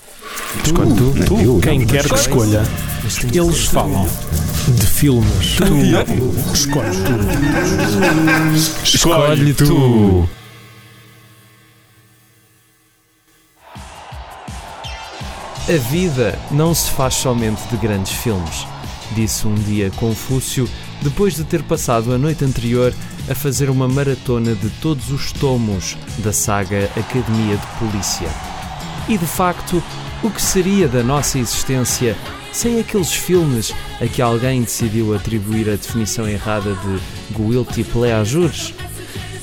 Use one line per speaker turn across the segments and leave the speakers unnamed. Tu, tu,
Não,
Uh,
tu,
eu,
quem
eu.
quer que escolha, eles falam de filmes. Tu escolhe.
Escolhe tu.
A vida não se faz somente de grandes filmes, disse um dia Confúcio, depois de ter passado a noite anterior a fazer uma maratona de todos os tomos da saga Academia de Polícia. E de facto, o que seria da nossa existência sem aqueles filmes a que alguém decidiu atribuir a definição errada de guilty pleasures?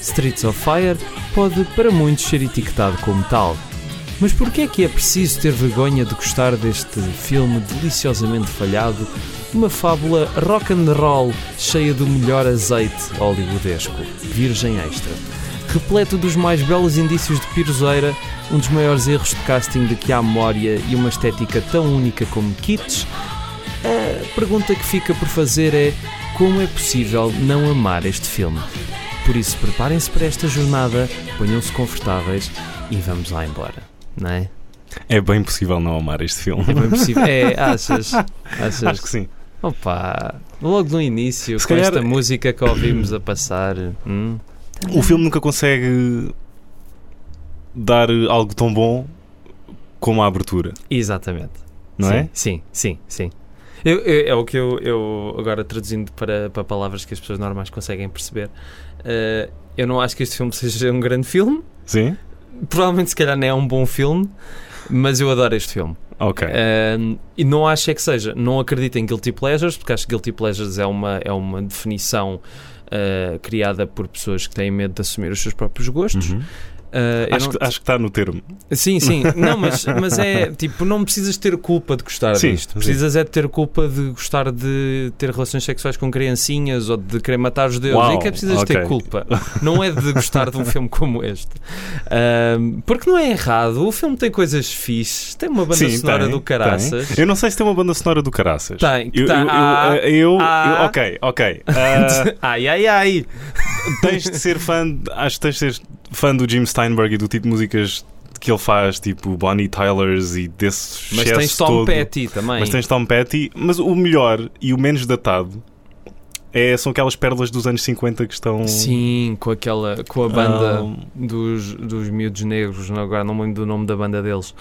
Streets of Fire pode para muitos ser etiquetado como tal. Mas por que é que é preciso ter vergonha de gostar deste filme deliciosamente falhado, uma fábula rock and roll cheia do melhor azeite hollywoodesco, virgem extra, repleto dos mais belos indícios de piroseira, um dos maiores erros de casting de que há memória e uma estética tão única como Kitsch? A pergunta que fica por fazer é como é possível não amar este filme? Por isso, preparem-se para esta jornada, ponham-se confortáveis e vamos lá embora, não é?
É bem possível não amar este filme.
É bem possível. É, achas? Achas?
Acho que sim.
Opa, logo no início,
Se
com
calhar-
esta música que ouvimos a passar. hum?
O filme nunca consegue dar algo tão bom como a abertura,
Exatamente.
não
sim,
é?
Sim, sim, sim. Eu- eu- é o que eu, eu agora traduzindo para, para palavras que as pessoas normais conseguem perceber. eh, eu não acho que este filme seja um grande filme.
Sim?
Provavelmente, se calhar, não é um bom filme, mas eu adoro este filme.
Ok.
Um, e não acho é que seja. Não acredito em guilty pleasures, porque acho que guilty pleasures é uma, é uma definição uh, criada por pessoas que têm medo de assumir os seus próprios gostos.
Uhum.
Uh, eu
Acho,
não-
que, acho que está no termo.
Sim, sim. não, mas, mas é tipo, não precisas ter culpa de gostar
Sim,
disto.
sim.
Precisas é de ter culpa de gostar de ter relações sexuais com criancinhas ou de querer matar os deuses.
Uau,
Aí que é precisas ter
ok.
culpa. Não é de gostar de um filme como este. Um, porque não é errado. O filme tem coisas fixes, tem uma banda
Sim,
sonora
tem,
do caraças.
tem. Eu não sei se tem uma banda sonora do Caraças.
Tem, que
Eu, eu-
tá-
eh, eu- eu- eu-
ah, ah.
ok, ok. Ah,
ai, ai, ai.
tens de ser fã, de- acho que tens de ser fã do Jim Steinberg e do tipo de músicas que ele faz, tipo Bonnie Tyler's e desse
Mas
excesso
tens um Tom
todo.
Petty também.
Mas tens Tom Petty, mas o melhor e o menos datado é- são aquelas pérolas dos anos 50 que estão
Sim, com aquela, com a banda
Ah,
dos, dos miúdos negros, não- agora não me lembro do nome da banda deles,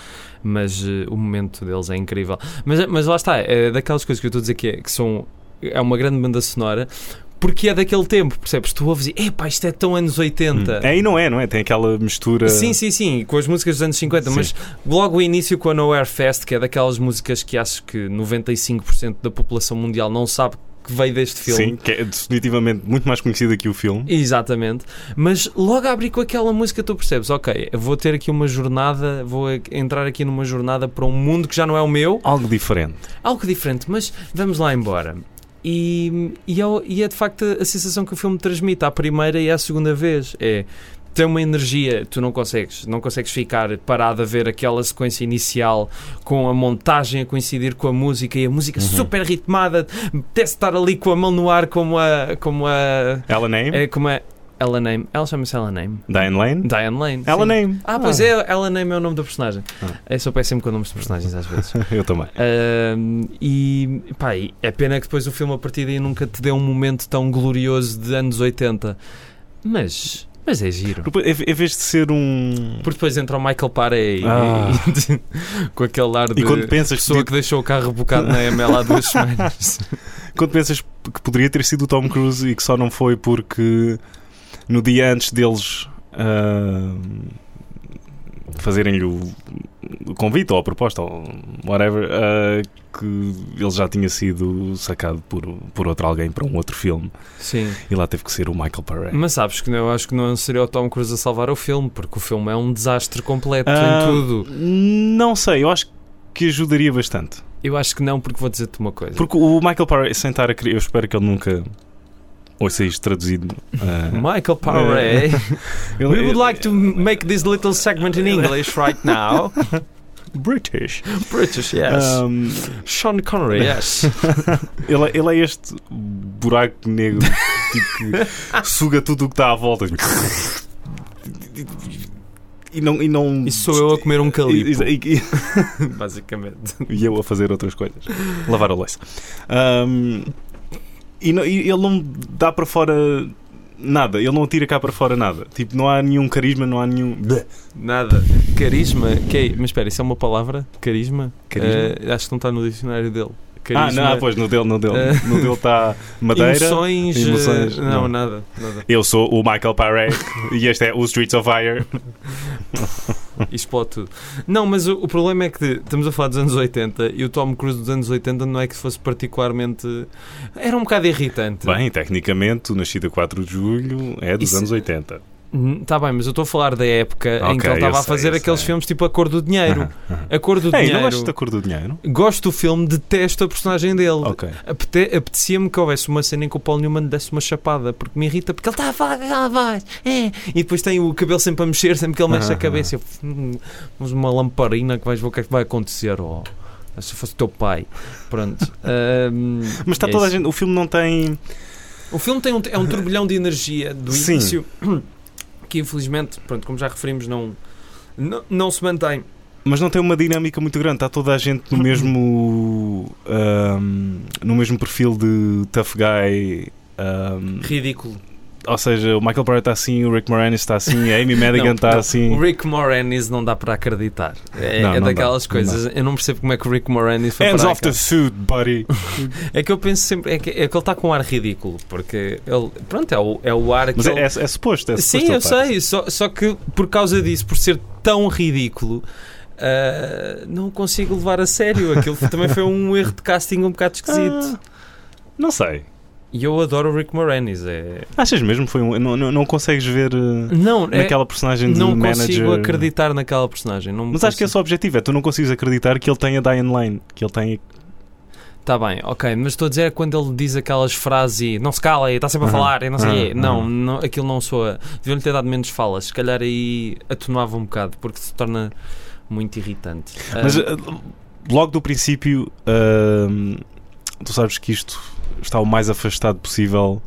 mas eh, o momento deles é incrível. Mas, mas lá está, é daquelas coisas que eu estou a dizer que, é, que são, é uma grande banda sonora, porque é daquele tempo, percebes? Tu ouves e, epá, isto é tão anos 80.
É e não é, não é? Tem aquela mistura.
Sim, sim, sim, com as músicas dos anos 50,
Sim.
mas logo o início com a Nowhere Fest, que é daquelas músicas que acho que 95% da população mundial não sabe que veio deste filme.
Sim, que é definitivamente muito mais conhecida que o filme.
Exatamente, mas logo abri com aquela música, tu percebes, ok, eu vou ter aqui uma jornada, vou a- entrar aqui numa jornada para um mundo que já não é o meu,
Algo diferente.
algo diferente, mas vamos lá embora. E, e, é, o- e é de facto a, a sensação que o filme transmite à primeira e à segunda vez. É tem uma energia, tu não consegues, não consegues ficar parado a ver aquela sequência inicial com a montagem a coincidir com a música e a música
Uhum.
super ritmada, até estar ali com a mão no ar como a como a
Ella Name,
é como é Ella Name. Ela chama-se Ella Name.
Diane Lane.
Diane Lane.
Ela
sim.
Name. Ah.
Ah, pois é, Ella Name é o nome da personagem. Eu sou péssimo com nomes de personagens às vezes.
Eu também.
Ahm, e pá, e é pena que depois o filme a partir daí nunca te dê um momento tão glorioso de anos 80. Mas, mas é giro.
Porque, Em em vez de ser um.
Porque depois entra o Michael Paré e,
Ah.
e- com aquele ar de
E quando pensas, que,
pessoa que deixou o carro bocado na ML há duas semanas.
quando pensas que poderia ter sido o Tom Cruise e que só não foi porque no dia antes deles ah, fazerem-lhe o, o convite ou a proposta ou whatever, ah, que ele já tinha sido sacado por, por outro alguém para um outro filme
Sim.
e lá teve que ser o Michael Paré.
Mas sabes que não, eu acho que não seria o Tom Cruise a salvar o filme, porque o filme é um desastre completo
Ah,
em tudo.
Não sei, eu acho que ajudaria bastante.
Eu acho que não, porque vou dizer-te uma coisa.
Porque o Michael Paré, sem estar a criar, eu espero que ele nunca ouça isto traduzido. ah,
Michael Paré,
É. ele-
we would
ele-
like to make this little segment in English right now.
British.
British, yes.
Um,
Sean Connery, yes.
ele, é- ele é este buraco negro tipo, que suga tudo o que está à volta. e não. E não...
Isso sou eu a comer um calipo,
E, e-
basicamente.
e eu a fazer outras coisas. Lavar a louça. Ahm, e, não- e ele não dá para fora nada. Ele não tira cá para fora nada. Tipo, não há nenhum carisma, não há nenhum.
Nada. Carisma. Que é- Mas espera, isso é uma palavra? Carisma?
Carisma?
Eh, acho que não está no dicionário dele.
Ah,
Carisma.
não, ah, pois, no dele, no dele.
Eh.
No dele está madeira.
Emoções. eh,
emoções, não.
não, nada. nada.
Eu sou o Michael Paré e este é o Streets of Fire.
E Explode tudo. Não, mas o, o problema é que estamos a falar dos anos 80 e o Tom Cruise dos anos 80 não é que fosse particularmente. Era um bocado irritante.
Bem, tecnicamente, o nascido a 4 de julho é dos
Isso-
anos 80.
Está Hum, tá bem, mas eu estou a falar da época em que
Ok,
ele estava
eu
a
sei,
fazer
eu
aqueles
sei.
filmes tipo A Cor do Dinheiro.
Aham, aham.
A Cor do
Uhum. Ei, não
Dinheiro.
gostas da cor do dinheiro?
Gosto do filme, detesto a personagem dele.
Ok.
Apete- Apetecia-me que houvesse uma cena em que o Paul Newman desse uma chapada, porque me irrita, porque ele está a falar com aquela voz, é. e depois tem o cabelo sempre a mexer, sempre que ele mexe a
Ah.
cabeça, eu, "Hum, mas uma lamparina que vais ver o que é que vai acontecer, oh. Se fosse teu pai, pronto. Ahm,
Mas está
é
toda a
isso.
gente. O filme não tem.
O filme tem um, é um turbilhão de energia do
Sim.
início que, infelizmente, pronto, como já referimos, não, não, não se mantém.
Mas não tem uma dinâmica muito grande. Está toda a gente no mesmo. ahm, no mesmo perfil de tough guy. ahm,
Ridículo.
ou seja, o Michael Paré está assim, o Rick Moranis está assim, a Amy
Não,
Madigan está
não.
assim.
O Rick Moranis não dá para acreditar. É,
Não,
é
não dá.
daquelas
Não
coisas. Eu não percebo como é que o Rick Moranis foi
Hands
parar
off the
cá.
suit, buddy.
É que eu penso sempre. É que, é que ele está com um ar ridículo. Porque ele. Pronto, é o, é o ar que.
Mas é,
ele-
é- é suposto, é suposto.
Sim,
ele
eu
estar.
sei. Só, só que por causa disso, por ser tão ridículo. ah, não o consigo levar a sério. Aquilo também foi um erro de casting um bocado
Ah.
esquisito.
Não sei.
E eu adoro o Rick Moranis. É...
Achas mesmo que foi um. Não, não, não consegues ver eh,
Não, é-
naquela personagem de
não
manager.
consigo acreditar naquela personagem. Não
Mas acho que esse é o objetivo, é tu não consegues acreditar que ele tem a Diane Lane, que ele tem
Está Tá bem, ok, mas estou a dizer é quando ele diz aquelas frases e não se cala e está sempre a
Aham,
falar e não sei o quê.
aham,
Não,
aham.
não, aquilo não soa. Deviam-lhe ter dado menos falas, se calhar aí atenuava um bocado, porque se torna muito irritante.
Mas
Ah,
eh, logo do princípio, ahm, tu sabes que isto está o mais afastado possível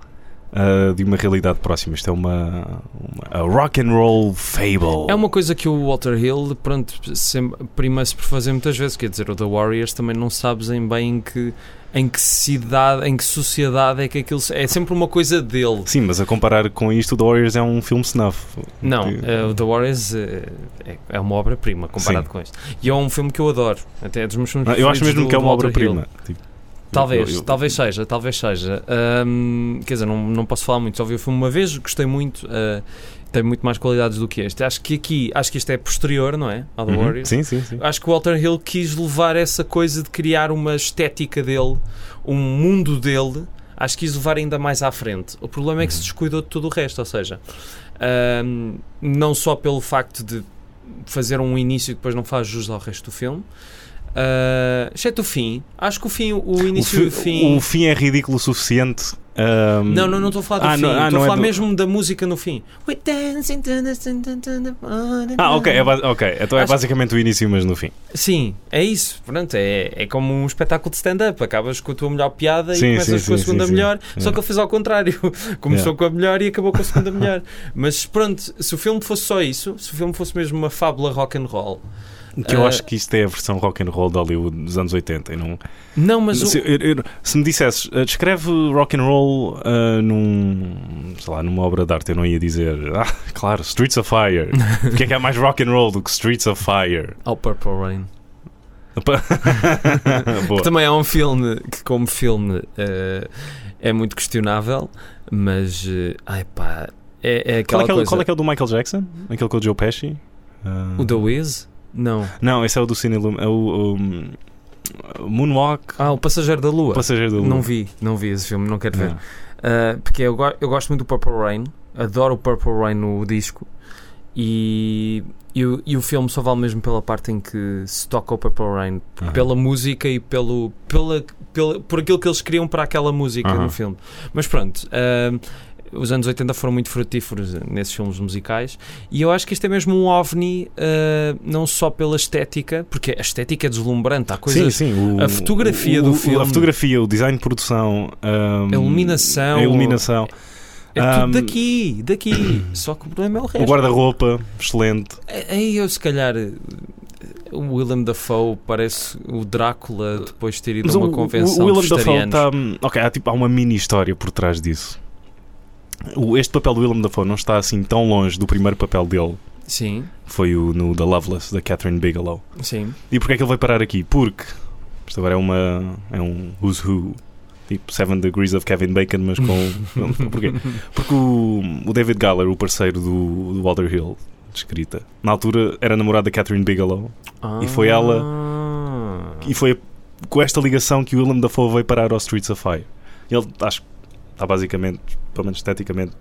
ah, de uma realidade próxima. Isto é uma, uma a rock and roll fable.
é uma coisa que o Walter Hill, pronto, sempre- prima-se por fazer muitas vezes, quer dizer, o The Warriors também não sabes em bem em que, em que cidade, em que sociedade é que aquilo. se- É sempre uma coisa dele.
Sim, mas a comparar com isto, o The Warriors é um filme snuff.
Não,
Que-
eh, o The Warriors eh, é, é uma obra-prima comparado com este. E é um filme que eu adoro. Até é dos meus filmes
Não, eu acho
preferidos
mesmo
do-
que é
do
uma
Walter Hill.
obra-prima. Tipo,
Talvez,
eu- eu-
talvez seja, talvez seja. Ahm, quer dizer, não, não posso falar muito. Só vi o filme uma vez, gostei muito. ah, tem muito mais qualidades do que este. Acho que aqui, acho que isto é posterior, não é? Ao The
Uhum.
Warriors.
Sim, sim, sim.
Acho que o Walter Hill quis levar essa coisa de criar uma estética dele, um mundo dele. Acho que quis levar ainda mais à frente. O problema é que se
Uhum.
descuidou de tudo o resto, ou seja, ahm, não só pelo facto de fazer um início que depois não faz jus ao resto do filme, ah, exceto o fim. Acho que o fim, o início e
o,
o
fi-
fim.
o fim é ridículo o suficiente. ahm,
Não, não, não estou a falar do
Ah,
fim,
não- ah,
estou
não
a
é
falar
do-
mesmo da música no fim. We dancing to the sun, dun, dun, dun, dun, dun.
Ah, ok, é ba- ok. Então é
Acho-
basicamente o início, mas no fim.
Sim, é isso. Pronto, é, é como um espetáculo de stand-up. Acabas com a tua melhor piada
Sim,
e começas
sim,
com a
sim,
segunda
sim, sim.
melhor. Só
É.
que ele fez ao contrário. Começou com a melhor e acabou com a segunda melhor. Mas pronto, se o filme fosse só isso, se o filme fosse mesmo uma fábula rock and roll.
Que eu
Ah.
acho que isto é a versão rock and roll de Hollywood dos anos 80 e não.
Não, mas o-
se, eu- eu- se me dissesses, ah, descreve rock and roll ah, num, sei lá, numa obra de arte, eu não ia dizer, ah, claro, Streets of Fire. O que é que há mais rock and roll do que Streets of Fire?
Ao Oh, Purple Rain.
Opa. Boa.
Que
Então,
também é um filme que, como filme, eh, é muito questionável, mas. eh, ai pá, é, é
Qual
aquela
é, que é, o-
coisa.
qual é que é o do Michael Jackson? Aquele com o Joe Pesci? Ah,
O The Wiz? Não.
Não, esse é o do Cine Illumin- é o, o Moonwalk,
Ah, O Passageiro da Lua.
Passageiro do
Não
Lua.
vi, não vi esse filme, não quero ver.
Ah.
Uh, porque eu, go- eu gosto muito do Purple Rain, adoro o Purple Rain no disco e, e, o- e o filme só vale mesmo pela parte em que se toca o Purple Rain,
Aham.
pela música e pelo, pela, pela- por aquilo que eles queriam para aquela música
Aham.
no filme. Mas pronto, uh, os anos 80 foram muito frutíferos nesses filmes musicais e eu acho que este é mesmo um ovni, uh, não só pela estética, porque a estética é deslumbrante, há coisas
sim, sim, o-
a fotografia
o-
do
o-
filme.
hum, A fotografia, o design de produção, ahm,
A iluminação.
a iluminação.
É tudo
Ahm,
daqui, daqui. Só que o problema é o
O
resto.
guarda-roupa, excelente.
É, Aí eu, se calhar, o Willem Dafoe parece o Drácula depois de ter ido a uma
o-
convenção
o
de
Willem Dafoe
vegetarianos.
está. Ok, há, tipo, há uma mini história por trás disso. O- Este papel do Willem Dafoe não está assim tão longe do primeiro papel dele.
Sim,
Foi o no The Loveless, da Catherine Bigelow.
sim.
E porquê é que ele vai parar aqui? Porque isto agora é uma. é um who's who. Tipo Seven Degrees of Kevin Bacon, mas com. porquê? Porque o, o David Galler, o parceiro do, do Walter Hill, de escrita, na altura era namorado da Catherine Bigelow E foi ela-
ela.
e foi com esta ligação que o Willem Dafoe veio parar ao Streets of Fire. Ele acho que está basicamente, pelo menos esteticamente,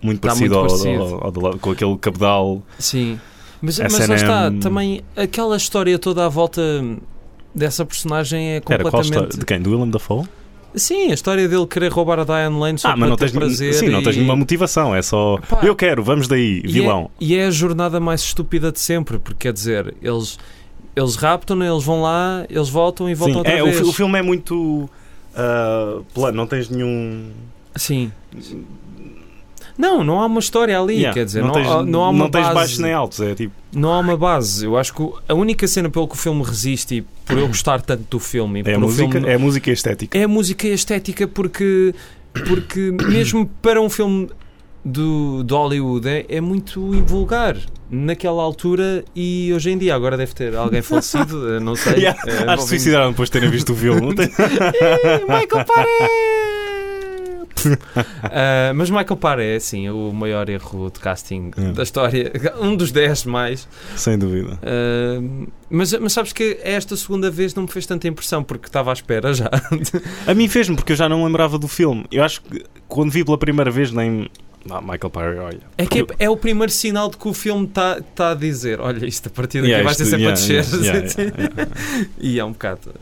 muito
Está
parecido,
muito
ao-
parecido.
ao- ao- ao- com aquele cabedal.
Sim. Mas, mas
SNM.
lá está, também aquela história toda à volta dessa personagem é
Era qual história?
completamente.
De quem? Do Willem Dafoe?
Sim, a história dele querer roubar a Diane Lane só
Ah, mas
para
não
ter
tens,
prazer.
sim, não tens
e...
nenhuma motivação, é só
Pá.
eu quero, vamos daí,
E
vilão.
é- E é, a jornada mais estúpida de sempre, porque quer dizer, eles, eles raptam, eles vão lá, eles voltam e voltam
Sim,
outra
é, o,
vez.
fi- o filme é muito ah, plano, não tens nenhum.
Sim. Não, não há uma história ali,
Yeah,
quer dizer, não, há, não há uma
não tens
base,
baixos nem altos, é tipo.
não há uma base. Eu acho que o- a única cena pelo que o filme resiste e por eu gostar tanto do filme e
É a
por o
música,
filme
é a música e a estética.
é a música e a estética porque, porque mesmo para um filme do, de Hollywood é, é muito invulgar naquela altura e hoje em dia agora deve ter alguém falecido, eh, não sei.
Yeah,
eh,
Acho que
envolvendo-
suicidaram depois de terem visto o filme. Não tem-
Ih, Michael Paré! Ah, mas Michael Paré é assim o maior erro de casting
É.
da história, um dos 10 mais.
Sem dúvida.
Ah, mas, mas sabes que é esta segunda vez não me fez tanta impressão porque estava à espera já.
A mim fez-me, porque eu já não lembrava do filme. Eu acho que quando vi pela primeira vez, nem. Ah, Michael Parry, olha.
É que é, é o primeiro sinal de que o filme está tá a dizer: olha, isto a partir daqui
Yeah,
vai ser
isto-
sempre a descer.
yeah, yeah, yeah, yeah, yeah.
E é um bocado.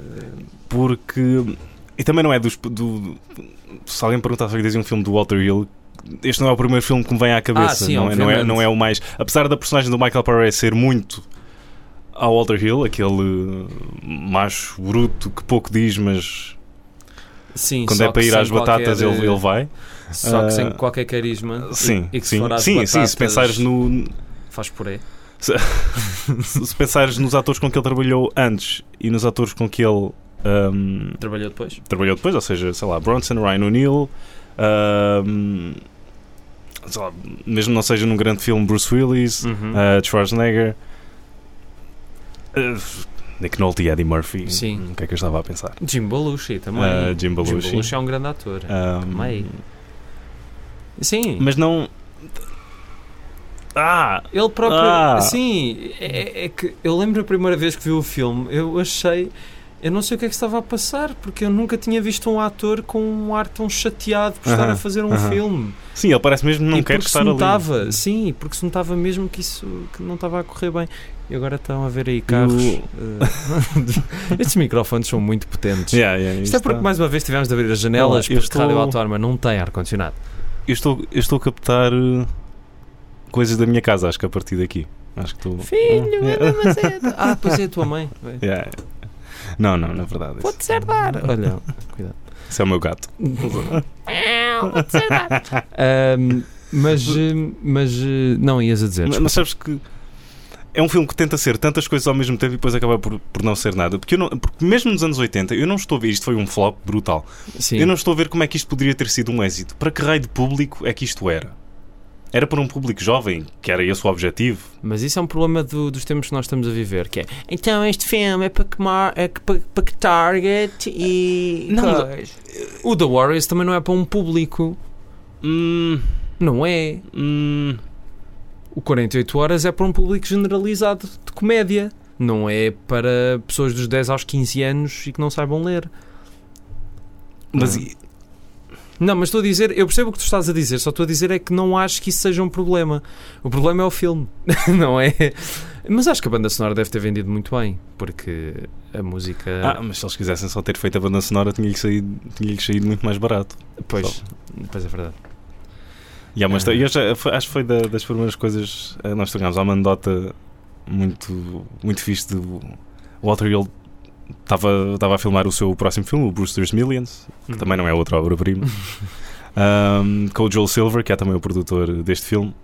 Porque. E também não é dos. Do... Se alguém perguntar se eu dizia um filme do Walter Hill, este não é o primeiro filme que me vem à cabeça.
Ah, sim,
não, é, não, é,
obviamente.
não é o mais. Apesar da personagem do Michael Parry ser muito. Ao Walter Hill, aquele macho bruto que pouco diz, mas
Sim,
quando
só
é para
que
ir
sem
às batatas
qualquer-
ele, ele vai.
Só que sem
Ah,
qualquer carisma. e-
Sim,
e que se
sim,
for às
sim, sim.
batatas,
Se pensares no,
Faz purê.
se se pensares nos atores com que ele trabalhou antes e nos atores com que ele hum, ahm,
Trabalhou depois?
trabalhou depois, ou seja, sei lá, Bronson, Ryan O'Neill, ahm, sei lá, mesmo não seja num grande filme, Bruce Willis,
Uhum.
ah, Schwarzenegger, ah, Nick Nolte e Eddie Murphy.
Sim.
O que é que eu estava a pensar?
Jim Belushi também.
Ah, Jim Belushi. Ah,
Jim Belushi é um grande ator.
Ahm,
Também. Sim.
mas não. Ah!
Ele próprio.
Ah.
Sim, é, é que eu lembro a primeira vez que vi o filme, eu achei. Eu não sei o que é que estava a passar, porque eu nunca tinha visto um ator com um ar tão chateado por estar
Aham,
a fazer um
aham.
filme.
Sim, ele parece mesmo que não
e
quer
porque se
estar ali.
notava, sim, porque se notava mesmo que isso que não estava a correr bem. E agora estão a ver aí carros. eh, Estes microfones são muito potentes.
Yeah, yeah,
Isto é porque mais uma vez tivemos de abrir as janelas,
Olha, eu
porque
estou-
Rádio Autónoma não tem ar-condicionado.
Eu estou, eu estou a captar uh, coisas da minha casa, acho que a partir daqui. Acho que estou.
Filho,
Yeah.
é mas é- Ah, pois é a tua mãe.
Yeah. Não, não, na verdade. Isso,
Pode ser dar. Olha,
isso é o meu gato.
Ahm, mas, eh, mas eh, não ias a dizer.
Mas,
desculpa.
mas sabes que é um filme que tenta ser tantas coisas ao mesmo tempo e depois acaba por, por não ser nada. Porque, eu não, porque mesmo nos anos 80, eu não estou a ver. Isto foi um flop brutal.
Sim.
Eu não estou a ver como é que isto poderia ter sido um êxito. Para que raio de público é que isto era? Era para um público jovem, que era esse o objetivo.
Mas isso é um problema do- dos tempos que nós estamos a viver, que é então este filme é para que, mar, é que- para, para que target e
Não,
coisa." o The Warriors também não é para um público,
Hum,
não é?
hum,
O 48 horas é para um público generalizado de comédia, não é para pessoas dos 10 aos 15 anos e que não saibam ler.
mas
Não. Não, mas estou a dizer, eu percebo o que tu estás a dizer, só estou a dizer é que não acho que isso seja um problema. O problema é o filme, não é? Mas acho que a banda sonora deve ter vendido muito bem, porque a música.
Ah, mas se eles quisessem só ter feito a banda sonora, tinha-lhe saído, tinha saído muito mais barato.
pois, pois é verdade.
E há uma
Ah.
história- eu já- foi- acho que foi da- das primeiras coisas. eh, Nós tocámos há uma anedota muito, muito fixe do Walter Hill. Estava estava a filmar o seu próximo filme, o Brewster's Millions, que também não é outra obra-prima. um, com o Joel Silver, que é também o produtor deste filme.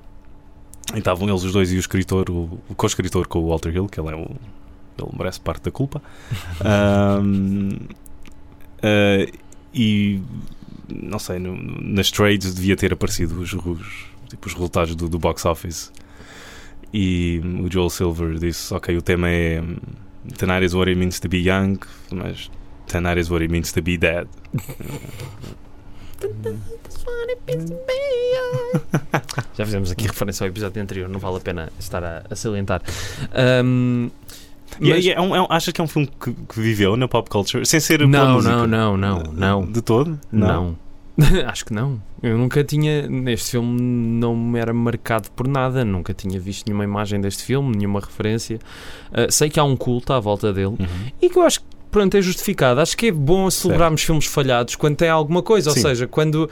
E estavam eles os dois e o escritor, o, o co-escritor com o Walter Hill, que ele é o. Ele merece parte da culpa. Um, uh, e não sei, no- nas trades devia ter aparecido os, os- tipo, os resultados do, do box office. E hum, o Joel Silver disse: Ok, o tema é hum, Ten is what it means to be young, mas Ten is what it means to be dead.
Já fizemos aqui referência ao episódio anterior, não vale a pena estar a, a salientar. Ahm,
E é-
mas-
e é um- é um- achas que é um filme que, que viveu na pop culture? Sem ser pela
Não,
música?
não, não, não, não.
De todo?
Não. Acho que não. Eu nunca tinha. Este filme não me era marcado por nada. Nunca tinha visto nenhuma imagem deste filme, nenhuma referência. Ah, sei que há um culto à volta dele
Uhum.
e que eu acho que. Pronto, é justificado. Acho que é bom celebrarmos filmes falhados quando tem alguma coisa.
Sim.
Ou seja, quando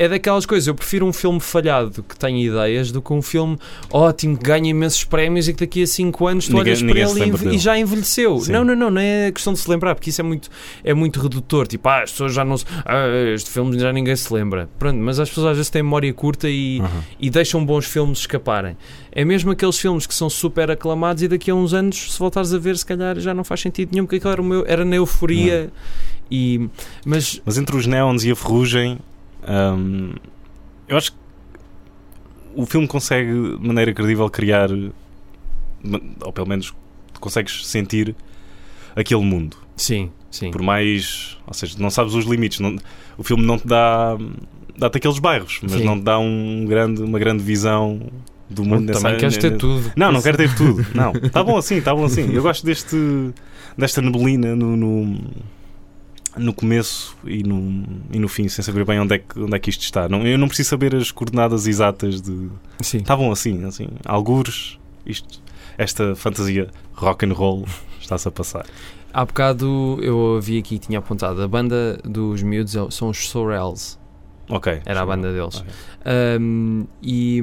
é daquelas coisas. Eu prefiro um filme falhado que tem ideias do que um filme ótimo que ganha imensos prémios e que daqui a 5 anos tu
Ninguém-
olhas para
ninguém se
ele e
lembra
enve- e,
dele.
já envelheceu.
Sim.
Não, não, não. Não é questão de se lembrar, porque isso é muito é muito redutor. Tipo, ah, as pessoas já não. se- Ah, este filme já ninguém se lembra. Pronto, mas as pessoas às vezes têm memória curta e,
Uhum.
e deixam bons filmes escaparem. É mesmo aqueles filmes que são super aclamados e daqui a uns anos, se voltares a ver, se calhar já não faz sentido nenhum, porque aquilo era, o meu, era na
é?
euforia. E, mas
Mas entre os neons e a ferrugem, hum, eu acho que o filme consegue de maneira credível criar, ma- ou pelo menos consegues sentir aquele mundo.
sim, sim.
Por mais, ou seja, não sabes os limites. não- o filme não te dá, dá-te aqueles bairros, mas
Sim.
não te dá um grande, uma grande visão do um mundo. nessa-
Também queres ter
ne-
tudo.
não, não quero ter tudo. Não, está bom assim, está bom assim. Eu gosto deste, desta neblina no, no, no começo e no, e no fim, sem saber bem onde é que, onde é que isto está. Não, eu não preciso saber as coordenadas exatas de.
Sim.
Está bom assim, assim. Algures, isto, esta fantasia rock and roll está-se a passar.
Há bocado eu ouvi aqui, tinha apontado, a banda dos miúdos é- são os Sorels.
Ok.
Era a banda deles.
Ok.
Um, e,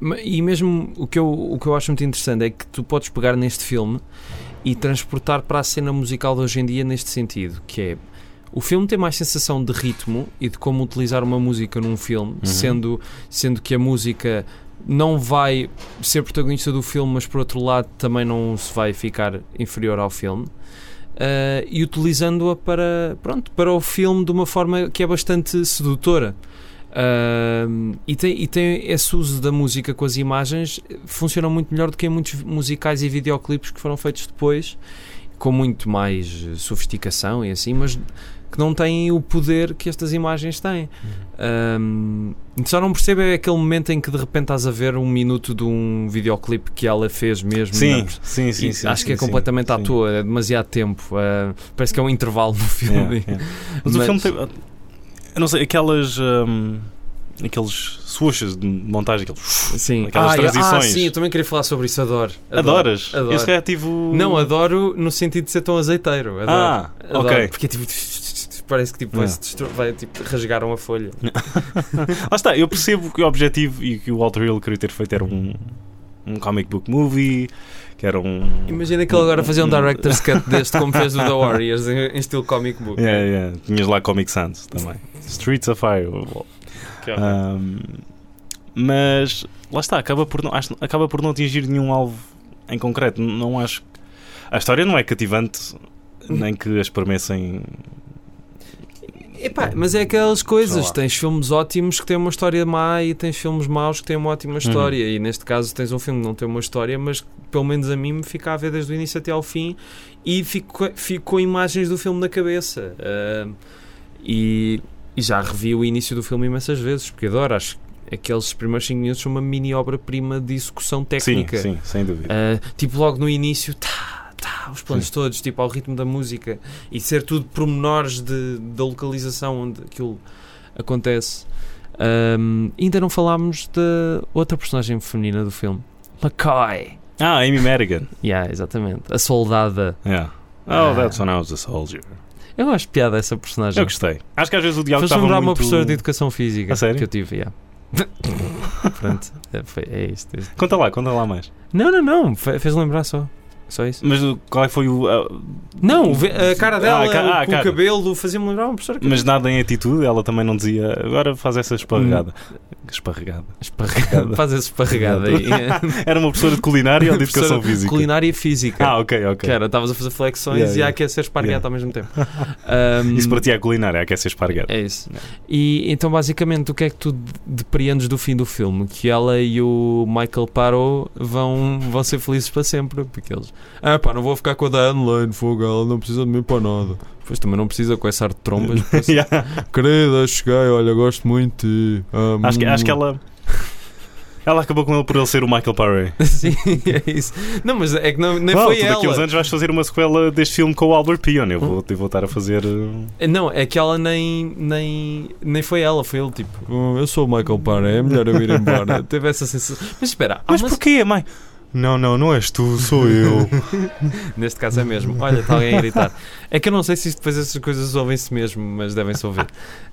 ma- e mesmo o que, eu, o que eu acho muito interessante é que tu podes pegar neste filme e transportar para a cena musical de hoje em dia neste sentido, que é o filme tem mais sensação de ritmo e de como utilizar uma música num filme,
Uhum.
sendo, sendo que a música não vai ser protagonista do filme, mas por outro lado também não se vai ficar inferior ao filme. Uh, e utilizando-a para, pronto, para o filme de uma forma que é bastante sedutora. Um, e tem, e tem esse uso da música com as imagens funciona muito melhor do que em muitos musicais e videoclipes que foram feitos depois com muito mais eh, sofisticação e assim, mas que não têm o poder que estas imagens têm Um, só não percebo é aquele momento em que de repente estás a ver um minuto de um videoclipe que ela fez mesmo não
Sim,
perce-
sim, sim,
e
sim,
acho que é
sim, sim,
completamente à
sim.
toa, é demasiado tempo. eh, parece que é um intervalo no filme.
É, é. Mas, o filme tem. Eu não sei, aquelas. hum, aqueles swooshs de montagem, aqueles.
Sim.
Aquelas
ah, eu- Ah,
transições.
sim, eu também queria falar sobre isso, adoro. adoro.
Adoras? Eu se calhar tive o-
Não, adoro no sentido de ser tão azeiteiro. Adoro.
Ah,
Adoro,
ok.
Porque tipo, parece que tipo, vai, se destro- vai tipo, rasgar uma folha.
Lá está, eu percebo que o objetivo e que o Walter Hill queria ter feito era um, um comic book movie, que era um.
Imagina que ele agora fazia
hum.
um director's cut deste, como fez o The Warriors, em, em estilo comic book.
Yeah, yeah. Tinhas lá Comic Sans também. Streets of Fire.
Que horror.
Ahm, mas lá está, acaba por, não, acho- acaba por não atingir nenhum alvo em concreto. N- Não acho. A história não é cativante,
Hum.
nem que as permessem.
Epá, mas é aquelas coisas.
Sei lá.
Tens filmes ótimos que têm uma história má e tens filmes maus que têm uma
Uhum.
ótima história. E neste caso tens um filme que não tem uma história, mas que, pelo menos a mim me fica a ver desde o início até ao fim e fico, fico com imagens do filme na cabeça. Ah, e, e já revi o início do filme imensas vezes, porque adoro. Acho que aqueles primeiros 5 minutos são uma mini obra-prima de execução técnica.
Sim, sim, sem dúvida.
Uh, tipo, logo no início, tá, tá, os planos todos, tipo, ao ritmo da música e ser tudo pormenores de, da localização onde aquilo acontece. Um, ainda não falámos da outra personagem feminina do filme, McCoy.
Ah, Amy Madigan.
Yeah, exatamente. A soldada.
Yeah. Oh,
Ah.
that's when I was a soldier.
Eu acho piada essa personagem.
Eu gostei. Acho que às vezes o diálogo
Faz
estava
um lembrar
muito...
uma professora de educação física
A sério?
que eu tive, yeah. Pronto, é, foi, é isto. é isto.
Conta lá, conta lá mais.
Não, não, não, fe- fez lembrar só. Só isso?
Mas o- qual é que foi o. a-
Não, ve- a cara dela,
Ah, a ca- ah, a
o, o
cara.
cabelo, fazia-me lembrar uma professora. que-
mas nada em atitude, ela também não dizia agora faz essa esparregada.
Hum.
Esparregada.
Esparregada. Faz essa esparregada aí.
Era uma professora de culinária ou de educação
Professora
física?
Culinária e física.
Ah, ok, ok.
Que era, estavas a fazer flexões
Yeah,
e a
yeah.
aquecer esparguete ao mesmo tempo.
Isso
Ahm,
para ti é culinária, é que é ser esparguete.
É isso. E então, basicamente, o que é que tu de- depreendes do fim do filme? Que ela e o Michael Paro vão, vão ser felizes para sempre. Porque eles. Ah, pá, não vou ficar com a da Anne fogo, ela não precisa de mim para nada. Pois também não precisa com essa arte de trombas. por isso-
Yeah.
Querida, cheguei, olha, gosto muito de ti. Ah,
Acho, que,
hum.
acho que ela. Ela acabou com ele por ele ser o Michael Paré.
Sim, é isso. Não, mas é que não, nem
Bom,
foi
tu
ela. Oh.
daqui a uns anos vais fazer uma sequela deste filme com o Albert Pion. Eu vou, eu vou estar a fazer. uh,
Não, é que ela nem, nem, nem foi ela, foi ele tipo. "Oh, eu sou o Michael Parra, é melhor eu ir embora. Teve essa sensação. Ah, Mas espera, há
Mas
uma-
porquê, mãe? Não, não, não és tu, sou eu.
neste caso é mesmo. Olha, está alguém a gritar. É que eu não sei se isto- depois essas coisas ouvem-se mesmo, mas devem-se ouvir.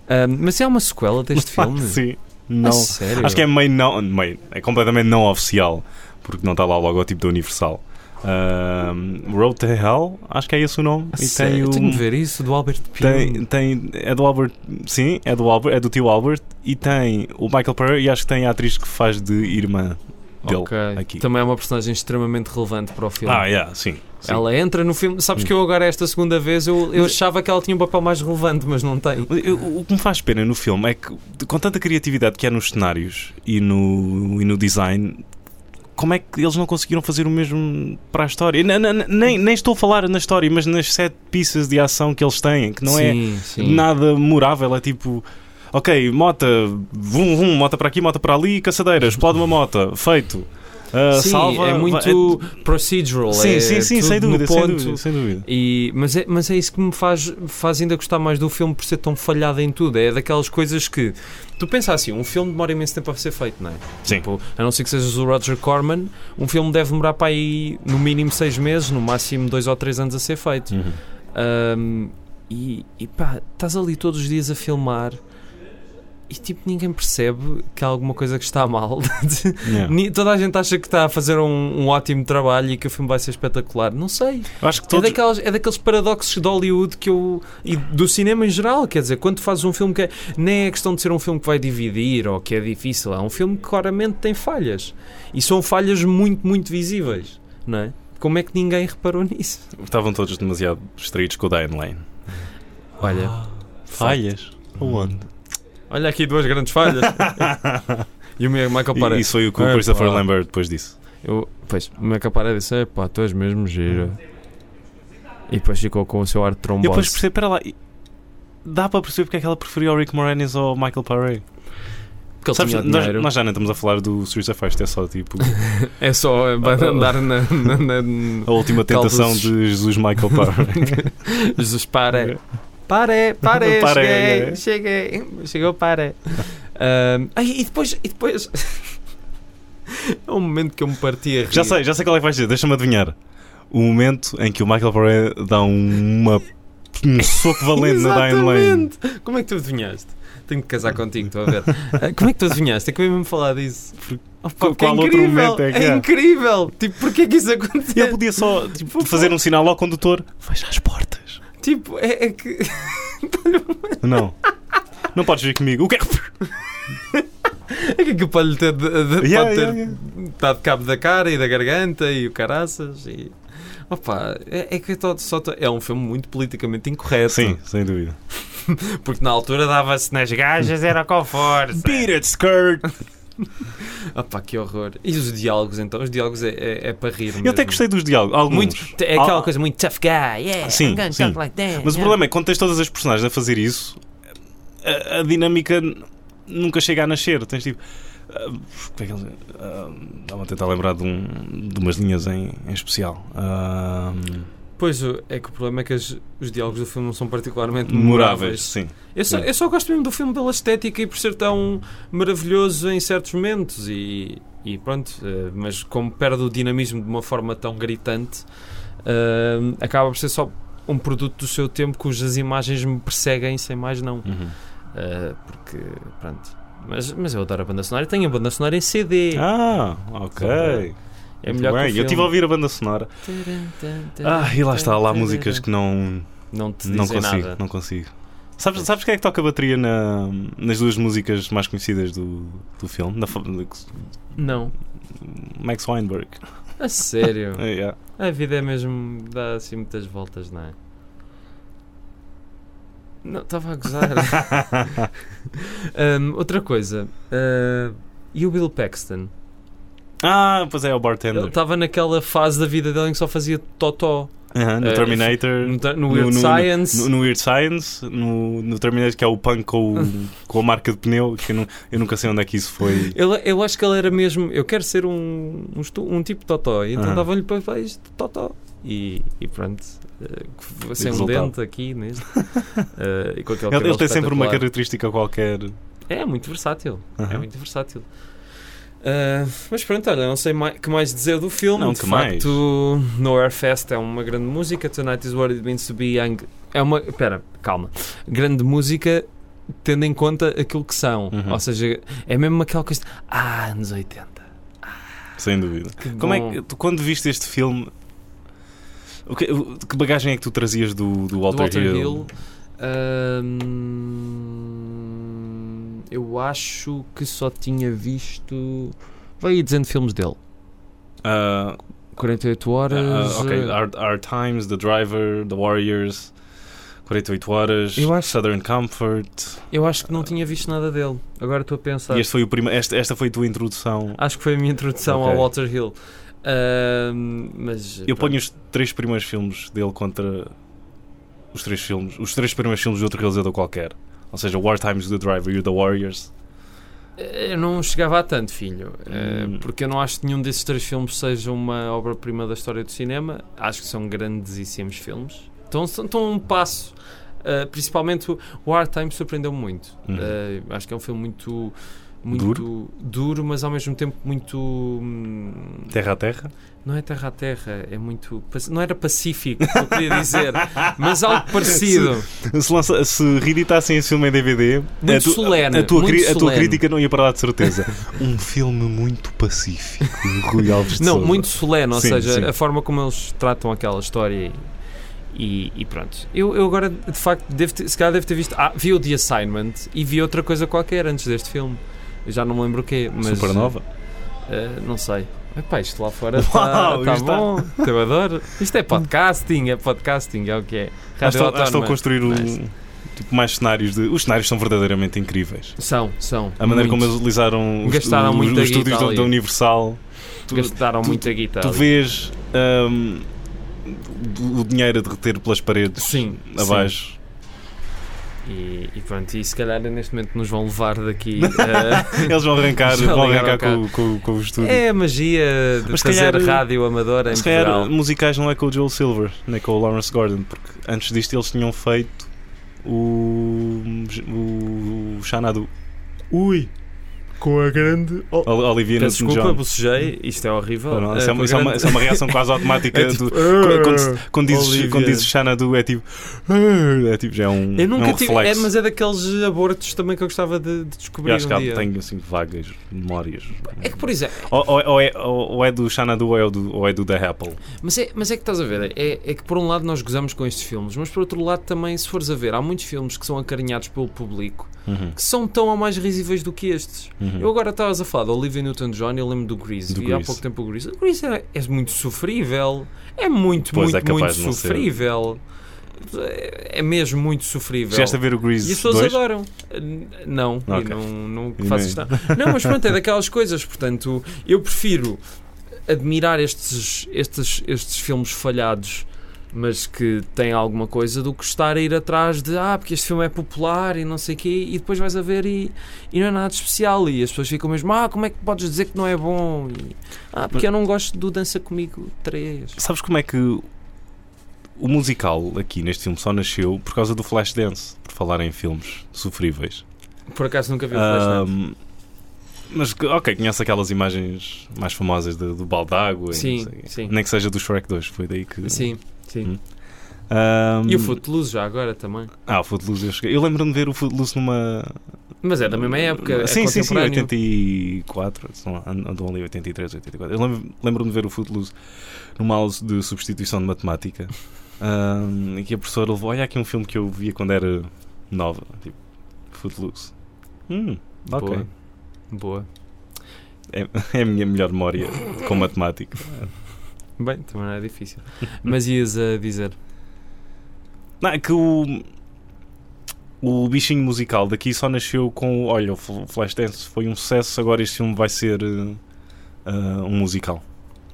Ahm, mas é uma sequela deste filme?
Sim.
A
Não.
sério?
Acho que é meio não. Meio, é completamente não oficial. Porque não está lá o logotipo da Universal. Ahm, Road to Hell, acho que é esse o nome.
A
E
sério?
tem o.
Eu Tenho de ver isso do Albert Pio.
um Tem, tem, é do Albert, sim, é do Albert, é do tio Albert e tem o Michael Pereira e acho que tem a atriz que faz de irmã dele
Ok.
aqui.
Também é uma personagem extremamente relevante para o filme.
Ah, yeah, sim. sim. Hum.
Ela entra no filme. Sabes que eu agora, esta segunda vez, eu, eu achava que ela tinha um papel mais relevante, mas não tem.
Eu- o que me faz pena no filme é que, de- com tanta criatividade que há nos cenários e no, e no design, como é que eles não conseguiram fazer o mesmo para a história? E na- na- na- nem, nem estou a falar na história, mas nas sete pistas de ação que eles têm, que não é
sim, sim.
nada memorável, é tipo. Ok, mota, vum, vum, mota para aqui, mota para ali, caçadeira, explode uma mota, feito. Ah,
Sim,
salva,
é muito procedural.
Sim,
é
sim, sim,
tudo
sem dúvida,
no
sem
ponto.
dúvida, sem dúvida.
E, mas, é, mas é isso que me faz, faz ainda gostar mais do filme por ser tão falhado em tudo. É daquelas coisas que tu pensas assim: um filme demora imenso tempo a ser feito, não é?
Sim.
Tipo, a não ser que sejas o Roger Corman, um filme deve demorar para aí no mínimo seis meses, no máximo dois ou três anos a ser feito.
Uhum.
Ahm, e, e pá, estás ali todos os dias a filmar e tipo ninguém percebe que há alguma coisa que está mal.
Yeah.
Ni- Toda a gente acha que está a fazer um, um ótimo trabalho e que o filme vai ser espetacular. Não sei.
Eu Acho que
É,
todos.
daquelas- é daqueles paradoxos de Hollywood que eu. e do cinema em geral. Quer dizer, quando tu fazes um filme que. é- nem é questão de ser um filme que vai dividir ou que é difícil. É um filme que claramente tem falhas. E são falhas muito, muito visíveis. Não é? Como é que ninguém reparou nisso?
Estavam todos demasiado distraídos com o Diane Lane.
Olha.
Falhas? Onde?
Olha aqui duas grandes falhas. e o meu Michael
E isso foi o que o
É,
Christopher
pá.
Lambert depois disse.
Eu, pois, o meu caparé disse: "É pá, tu és mesmo gira. E depois ficou com o seu ar de
Eu depois percebi, espera lá. e- Dá para perceber porque é que ela preferia o Rick Moranis ao Michael Paré.
Porque ele
Sabes,
tinha
nós,
dinheiro.
nós já não estamos a falar do Series of Fest, é só tipo
É só é, vai
Ah, ah,
andar na. na, na-
a última
Caldos.
tentação de Jesus Michael Paré.
Jesus, pare. Pare, pare,
Pare, é.
cheguei, cheguei. Chegou, pare. Ahm, Ah, ai, e depois. E depois é um momento que eu me parti a rir.
Já sei, já sei qual é que vais dizer, deixa-me adivinhar. O momento em que o Michael Paré dá uma, um soco valente na Diane Lane.
Exatamente. Como é que tu adivinhaste? Tenho que casar contigo, estou a ver. Ah, Como é que tu adivinhaste? É que eu ia mesmo falar disso. Porque, oh, pá,
Qual
porque é
outro
incrível,
momento é
é
que é?
incrível. Tipo, porquê é que isso acontece?
Ele podia só tipo, fazer um sinal ao condutor: fecha as portas.
Tipo, é, é que.
Não. Não podes vir comigo. O que é que.
É que aquilo pode-lhe ter, de- de- pode
Yeah,
ter
yeah, yeah.
dado cabo da cara e da garganta e o caraças e. Opa, é, é que eu tô- só tô- é um filme muito politicamente incorreto.
Sim, sem dúvida.
Porque na altura dava-se nas gajas, era com força.
Beat it, skirt!
Opa, que horror. E os diálogos então? Os diálogos é, é, é para rir.
Eu até
mesmo.
gostei dos diálogos. Alguns.
Muito, é aquela
Ah.
coisa muito tough guy, yeah,
Sim,
I'm gonna
sim.
talk like that.
Mas o
yeah.
problema é que quando tens todas as personagens a fazer isso, a, a dinâmica n- nunca chega a nascer. Tens tipo. ah, como é que eles- ah, Estava a tentar lembrar de, um- de umas linhas em, em especial. Ah,
Pois, o- é que o problema é que as- os diálogos do filme não são particularmente
memoráveis,
memoráveis.
sim.
Eu só,
Sim.
eu só gosto mesmo do filme pela estética e por ser tão maravilhoso em certos momentos e, e pronto, eh, mas como perde o dinamismo de uma forma tão gritante, eh, acaba por ser só um produto do seu tempo cujas imagens me perseguem sem mais não.
Uhum.
Eh, porque, pronto. Mas, mas eu adoro a banda sonora e tenho a banda sonora em CD.
Ah, ok.
É melhor
Ah, Bem,
que o
eu estive a
filme.
ouvir a banda sonora. Ah, e lá está, lá há músicas que não,
Não te dizem
não consigo.
nada.
Não consigo. Sabes, sabes quem é que toca bateria na- nas duas músicas mais conhecidas do, do filme? Na fa-
Não.
Max Weinberg.
A sério.
É, yeah.
A vida é mesmo. dá assim muitas voltas, não é? Não, estava a gozar. Hum, outra coisa. ah, e o Bill Paxton?
Ah, pois é, é o
Ele tá-
bartender.
estava naquela fase da vida dele em que só fazia totó.
Aham, no
Eh,
Terminator.
No, no Weird Science.
No, no Weird Science, no, no Terminator, que é o punk com, o- com a marca de pneu, que eu, nu- eu nunca sei onde é que isso foi.
Ele- eu acho que ele era mesmo. Eu quero ser um, um, estu- um tipo de Totó. E então
Aham.
davam-lhe papéis de Totó. E, e pronto. eh, que f- Sem um
resultado.
dente aqui neste. Eh, e com aquele
Ele, ele
cabelo
tem sempre uma
espetacular.
característica qualquer.
É muito versátil. É
Aham.
muito versátil. Ah, mas pronto, olha, não sei mais, que mais dizer do filme.
Não,
de
que
facto, No Air Fest é uma grande música. Tonight is what it means to be young. É uma. Espera, calma. Grande música tendo em conta aquilo que são.
Uhum.
Ou seja, é mesmo aquela coisa. de, Ah, anos 80.
Sem dúvida.
Que
Como é
bom."
que tu, quando viste este filme, o que, o- que bagagem é que tu trazias do, do Walter,
do Walter Hill.
Hill?
Ahm, eu acho que só tinha visto. Vai aí dizendo filmes dele.
Ah,
48 horas.
ah, ok,
eh,
our, Our Times, The Driver, The Warriors, 48 Horas,
Eu acho-
Southern Comfort.
Eu acho que não tinha visto nada dele. Agora estou a pensar.
E este foi o prima, esta, esta foi a tua introdução.
Acho que foi a minha introdução
Ok.
ao Walter Hill. Ahm, mas
Eu ponho os três primeiros filmes dele contra os três filmes, os três primeiros filmes de outro realizador qualquer. Ou seja, War Times, The Driver e o The Warriors.
Eh, Eu não chegava a tanto, filho. Eh,
Hum.
Porque eu não acho que nenhum desses três filmes seja uma obra-prima da história do cinema. Acho que são grandíssimos filmes. Estão, são- estão um passo. Eh, principalmente o- o Hard Time surpreendeu-me muito.
Uhum.
Eh, acho que é um filme muito. Muito duro. mas ao mesmo tempo muito. hum,
Terra a Terra.
Não é terra a terra, é muito. paci- Não era pacífico, que eu queria dizer, mas algo parecido.
Se, lança, se reeditassem esse filme em DVD,
Muito
a, tu-
solene,
a tua,
muito
cri- a tua
solene.
crítica não ia para lá de certeza. um filme muito pacífico, Rui Alves de
Não,
Sousa.
muito solene, ou
Sim,
seja,
sim.
a forma como eles tratam aquela história e, e pronto. Eu, eu agora, de facto, devo ter- se calhar devo ter visto. Ah, vi o The Assignment e vi outra coisa qualquer antes deste filme. Eu já não me lembro o quê, mas.
Supernova.
eh, não sei. Epá, isto lá fora
Uau,
está tá
isto tá-
bom. Eu adoro. Isto é podcasting, é podcasting, é o que é.
Já estão, já estão a
Autónoma.
construir o-
Nice.
tipo, mais cenários. De, os cenários são verdadeiramente incríveis.
São, são.
A maneira como
muito.
eles utilizaram os,
Gastaram
os,
muita
os estúdios
guita
da,
ali. Tá
da Universal. Tu-
gastaram
tu-
muita guitarra.
Tu vês hum, o- o dinheiro a derreter pelas paredes
Sim,
abaixo.
sim. E, e pronto, e se calhar neste momento nos vão levar daqui. eh,
Eles vão arrancar,
Já
vão
ligaram
arrancar
cá.
com, com- com o estúdio.
é a magia de
Mas se
fazer
calhar-
rádio amadora em
Se calhar
Portugal.
musicais não é com o Joel Silver, nem com o Lawrence Gordon, porque antes disto eles tinham feito o. o, o Xanadu.
Ui, com a grande. Oh.
O- Olivia
Peço
Newton-John.
desculpa, bocejei, isto é horrível.
Não, não, Isso
Eh,
é,
com
uma-
a
isso é uma,
grande-
isso é uma reação quase automática.
É tipo,
do- quando, quando se- quando
Olivia.
dizes, quando dizes Xanadu é tipo. É tipo, já é um.
Eu nunca
é um
tive.
reflexo.
É, mas é daqueles abortos também que eu gostava de, de descobrir.
Eu acho que
um
há-
dia.
tenho assim vagas memórias.
É que, por exemplo,
Ou, ou- ou é, ou- ou é do Xanadu ou é do, ou é do The Apple.
Mas é, mas é que estás a ver, é, é que por um lado nós gozamos com estes filmes, mas por outro lado também, se fores a ver, há muitos filmes que são acarinhados pelo público que são tão ou mais risíveis do que estes. Eu agora estavas a falar do Olivia Newton-John, eu lembro do Grease,
Do
vi há
Grease.
pouco tempo o Grease. O Grease é, é muito sofrível, é muito,
Pois, é
muito, muito
capaz de não ser.
sofrível. É é mesmo muito sofrível.
Chegaste a ver o Grease
E as pessoas
2?
adoram. N- Não, e
Ok.
não, não
E
faço
nem-
isto. não. Não, mas pronto, é daquelas coisas. Portanto, eu prefiro admirar estes, estes, estes filmes falhados, mas que têm alguma coisa, do que estar a ir atrás de ah, porque este filme é popular e não sei o quê, e depois vais a ver e, e não é nada de especial. E as pessoas ficam mesmo, ah, como é que podes dizer que não é bom? E, ah, porque eu não gosto do Dança Comigo 3.
Sabes como é que o musical aqui neste filme só nasceu por causa do Flashdance, por falar em filmes sofríveis.
Por acaso nunca vi o Flash
Ahm, mas, que- ok, conhece aquelas imagens mais famosas do, do balde d'água? e
Sim,
não sei o quê.
sim.
Nem que seja do Shrek 2, foi daí que...
Sim, sim.
Ah, Hum. Ahm,
E o Footloose já agora também.
Ah, o Footloose eu cheguei. Eu lembro-me de ver o Footloose numa,
Mas é da mesma época. é
sim, sim, sim,
contemporâneo.
84. são- Andam ali 83, 84. Eu lembro- lembro-me de ver o Footloose numa aula de substituição de matemática ahm, em que a professora levou. Olha aqui um filme que eu via quando era nova, tipo Footloose. Hum, ok.
Boa. Boa.
É a minha melhor memória com matemática.
Bem, também não é difícil. Mas ias a dizer.
Não, é que o. O bichinho musical daqui só nasceu com. Olha, o Fl- Flashdance foi um sucesso, agora este filme vai ser eh, ah, um musical.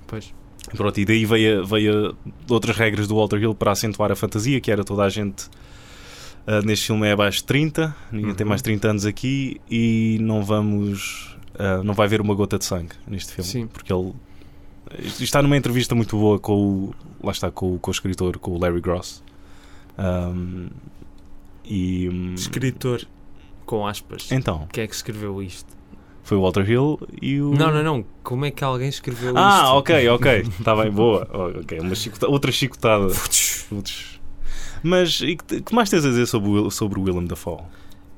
Pois.
Pronto, e daí veio, a- veio a- outras regras do Walter Hill para acentuar a fantasia, que era toda a gente. ah, neste filme é abaixo de 30, ninguém tem
Uhum.
mais 30 anos aqui e não vamos. ah, não vai haver uma gota de sangue neste filme.
Sim.
Porque ele. Isto está numa entrevista muito boa com o. Lá está, com o, com o escritor, com o Larry Gross. Ahm, e. hum,
Escritor. Com aspas.
Então,
Quem é que escreveu isto?
foi o Walter Hill e o.
Não, não, não. Como é que alguém escreveu isto?
Ah, ok, ok. Está bem, boa. Oh, Ok, uma chicota- outra chicotada. Putz. Mas e que, que mais tens a dizer sobre o, Will- sobre o Willem Dafoe?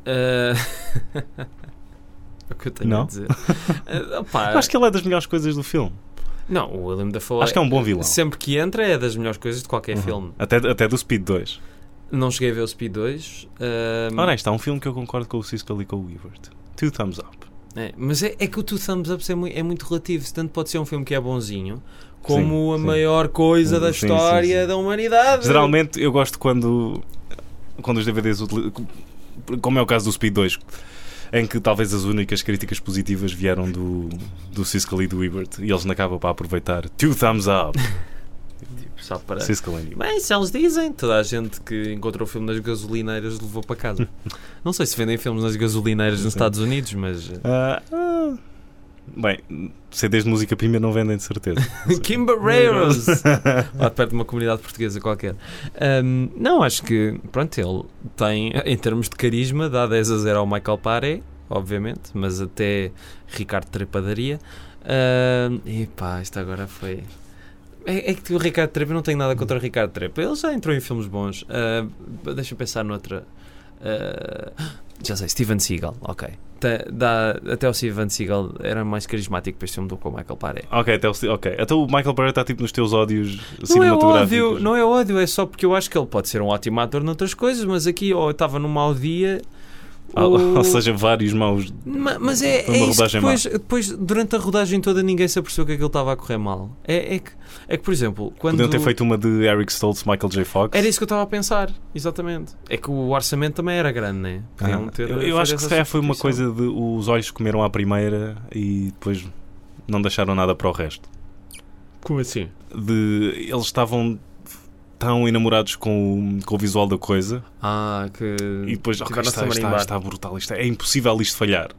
Ah, o que eu tenho
Não?
a dizer? Ah, opá,
Eu acho que ele é das melhores coisas do filme.
Não, o Willem Dafoe
acho que é um bom vilão.
sempre que entra é das melhores coisas de qualquer
Uhum.
filme.
Até, até do Speed 2.
Não cheguei a ver o Speed 2. ah,
Ora, isto é um filme que eu concordo com o Siskel e com o Ebert. Two thumbs up.
é, mas é, é que o Two Thumbs Up é muito, é muito relativo. Tanto pode ser um filme que é bonzinho, como
Sim,
a
sim.
maior coisa da
Sim, sim,
história
sim.
da humanidade.
Geralmente eu gosto quando, quando os DVDs utili- como é o caso do Speed 2, em que talvez as únicas críticas positivas vieram do, do Siskel e do Ebert e eles não acabam para aproveitar. Two thumbs up.
Só para...
Siskel e Ebert.
Bem, se eles dizem, toda a gente que encontrou o filme nas gasolineiras levou para casa. Não sei se vendem filmes nas gasolineiras nos
Sim.
Estados Unidos, mas. eh,
Ah, ah. Bem, CDs de música prima não vendem de certeza.
Kimbereiros! Lá de perto de uma comunidade portuguesa qualquer. Ahm, não, acho que, pronto, ele tem, em termos de carisma, dá 10 a 0 ao Michael Pare, obviamente, mas até Ricardo Trepadaria. Ahm, epá, isto agora foi. É, é que o Ricardo Trepa, eu não tenho nada contra o Ricardo Trepa, ele já entrou em filmes bons. Ah, Deixa-me pensar noutra. Ah, já sei, Steven Seagal, ok. Tá- dá- até o Steven Seagal era mais carismático para este filme do que o Michael Pare.
Ok, até o, ok. Até o Michael Barrett está tipo nos teus ódios
Não é
cinematográficos.
ódio, não é ódio, é só porque eu acho que ele pode ser um ótimo ator noutras coisas, mas aqui ou eu estava num mau dia.
Ou, Ah, ou seja, vários maus.
ma- mas é,
foi
é
uma
isso que
rodagem má.
depois, depois, durante a rodagem toda, ninguém se apercebeu que aquilo estava a correr mal. É, é que, é que, por exemplo, quando.
Podiam ter feito uma de Eric Stoltz, Michael J. Fox.
Era isso que eu estava a pensar, exatamente. É que o orçamento também era grande, né? Podiam
Ah,
ter
eu, eu
feito
acho que
essa
se calhar foi uma
substituição.
coisa de os olhos comeram à primeira e depois não deixaram nada para o resto.
Como assim?
De, eles estavam tão enamorados com o, com o visual da coisa
Ah, que.
e depois ok,
tiveram-se
está,
a
está,
marimbar.
está brutal, isto é, é impossível isto falhar.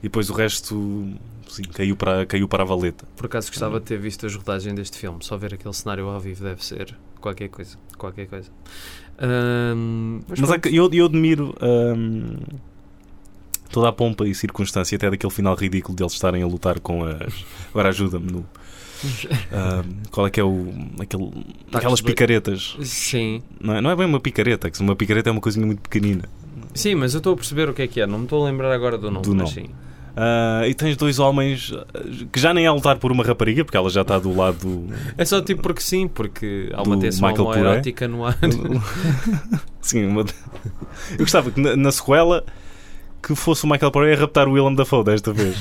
E depois o resto sim, caiu, para, caiu para a valeta.
Por acaso gostava de ter visto a rodagem deste filme, só ver aquele cenário ao vivo deve ser qualquer coisa, qualquer coisa. Ahm,
Mas, é que eu, eu admiro hum, toda a pompa e circunstância, até daquele final ridículo de eles estarem a lutar com as. Agora ajuda-me no. hum, qual é que é o. Aquele, aquelas
de boi.
picaretas.
Sim,
Não é, não é bem uma picareta, que uma picareta é uma coisinha muito pequenina.
sim, mas eu estou a perceber o que é que é, não me estou a lembrar agora do nome,
é um Do
mas
nome.
sim.
Ah, e tens dois homens ah, que já nem é a lutar por uma rapariga, porque ela já está do lado do.
É só tipo porque sim, porque há uma
Do
tensão
Michael Puré.
homoerótica no ar.
Sim, uma- eu gostava que na, na sequela que fosse o Michael Paré a raptar o Willem Dafoe desta vez.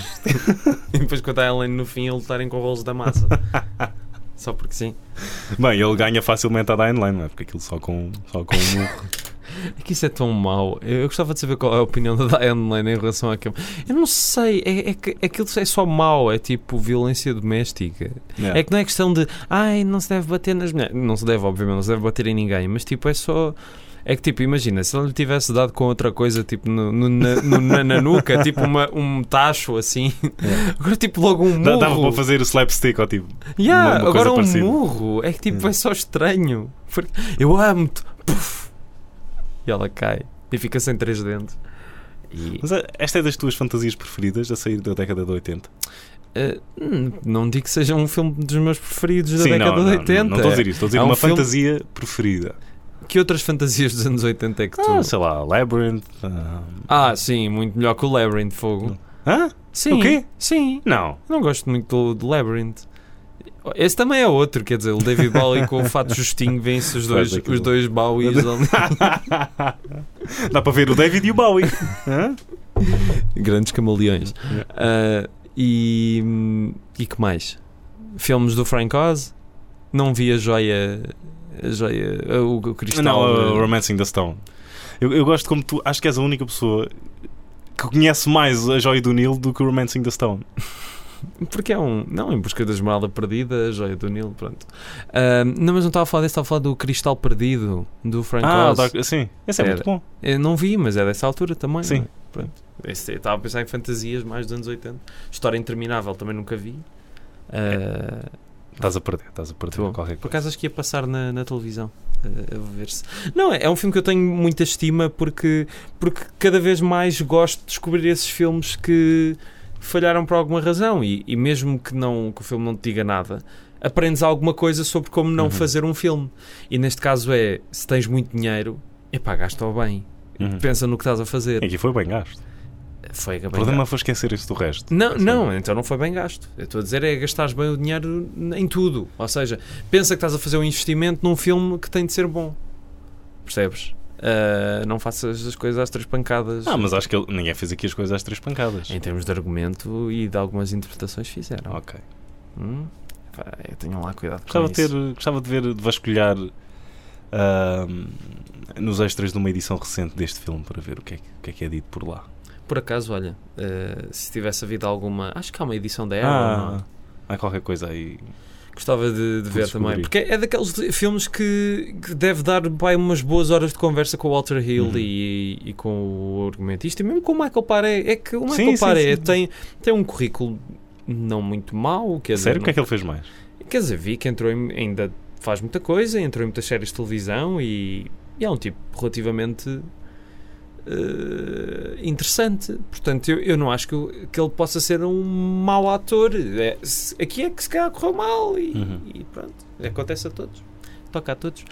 e depois quando a Ellen no fim a lutarem com rolos da massa. só porque sim.
Bem, ele ganha facilmente a Dying Line, não é? Porque aquilo só com, só com um murro.
É que isso é tão mau. Eu, eu gostava de saber qual é a opinião da Diane Lane em relação àquilo. Eu não sei, é, é que aquilo é só mau, é tipo violência doméstica. É que não é questão de ai, não se deve bater nas mulheres. Não se deve, obviamente, não se deve bater em ninguém, mas tipo, é só. É que tipo, imagina, se ele lhe tivesse dado com outra coisa, tipo, no, no- na, no- na- na nuca, tipo uma, um tacho assim, agora tipo logo um
É. Dá-
murro.
Dava para fazer o slapstick ou tipo.
Yeah,
uma- uma coisa
agora um
parecida.
murro. É que tipo,
É.
é só estranho. Porque eu amo-te. Puf. E ela cai e fica sem três dentes. E,
Mas ah, esta é das tuas fantasias preferidas a sair da década de 80.
eh, hum, não digo que seja um filme dos meus preferidos da
Sim,
década
não,
de
não,
80.
Não, não estou a dizer isso, estou a dizer
Há um
uma
filme-
fantasia preferida.
Que outras fantasias dos anos 80 é que tu.
Ah, sei lá, Labyrinth. ah,
Ah, sim, muito melhor que o Labyrinth Fogo.
Hã?
Sim.
O quê?
Sim.
Não.
Não gosto muito do, do Labyrinth. Esse também é outro, quer dizer, o David Bowie com o fato justinho vence os
Faz
dois,
aquilo.
os dois Bowies ali.
Dá para ver o David e o Bowie. Hã?
Grandes camaleões. Ah, e, e que mais? Filmes do Frank Oz? Não vi a joia. A joia ah, o, o cristal.
Não, o
ah,
Romancing the Stone. Eu, eu gosto como tu, acho que és a única pessoa que conhece mais a joia do Nilo do que o Romancing the Stone.
Porque é um. Não, em busca da esmeralda perdida, a joia do Nilo, pronto. Ah, não, mas não estava a falar desse, estava a falar do cristal perdido do Frank
ah, o
Oz.
Dark, sim. Esse é
Era.
muito bom.
Eu não vi, mas é dessa altura também.
Sim.
não é? Pronto. Esse- eu estava a pensar em fantasias mais dos anos 80. História Interminável também nunca vi.
É.
Ah,
Estás a perder, estás a perder
Muito bom.
qualquer
por
coisa.
acaso acho que ia passar na, na televisão. ah, a ver-se. Não, é, é um filme que eu tenho muita estima porque, porque cada vez mais gosto de descobrir esses filmes que falharam por alguma razão. E, e mesmo que, não, que o filme não te diga nada, aprendes alguma coisa sobre como não
Uhum.
fazer um filme. E neste caso é: se tens muito dinheiro, epá, gasta-o bem.
Uhum.
Pensa no que estás a fazer.
Aqui foi bem gasto.
Foi bem
O problema
gasto.
foi esquecer isso do resto.
Não,
Sim.
não, então não foi bem gasto. Eu estou a dizer é gastares bem o dinheiro em tudo. Ou seja, pensa que estás a fazer um investimento num filme que tem de ser bom. Percebes? Ah, não faças as coisas às três pancadas.
Ah, mas acho que ele- ninguém fez aqui as coisas às três pancadas.
Em termos de argumento e de algumas interpretações fizeram.
Ok.
Hum? Pá, eu tenho lá cuidado com
Gostava de,
isso.
ter, gostava de ver, de vasculhar ahm, nos extras de uma edição recente deste filme para ver o que é que, o que, é, que é dito por lá.
Por acaso, olha, ah, se tivesse havido alguma... Acho que há uma edição da Era, não é?
ah, há qualquer coisa aí.
Gostava de, de ver
descobrir.
também. Porque é daqueles de- filmes que, que deve dar vai, umas boas horas de conversa com o Walter Hill
Uhum.
e, e com o argumentista. E mesmo com o Michael Paré. É que o Michael
Sim, sim,
Paré
sim.
tem, tem um currículo não muito mau. Quer dizer,
Sério, o que é
não-
que ele fez mais?
Quer dizer, vi que entrou em- ainda faz muita coisa, entrou em muitas séries de televisão e, e é um tipo relativamente eh, interessante. Portanto, eu, eu não acho que, o- que ele possa ser um mau ator. É, se- aqui é que se calhar correu mal e,
Uhum.
e pronto, acontece a todos. Toca a todos.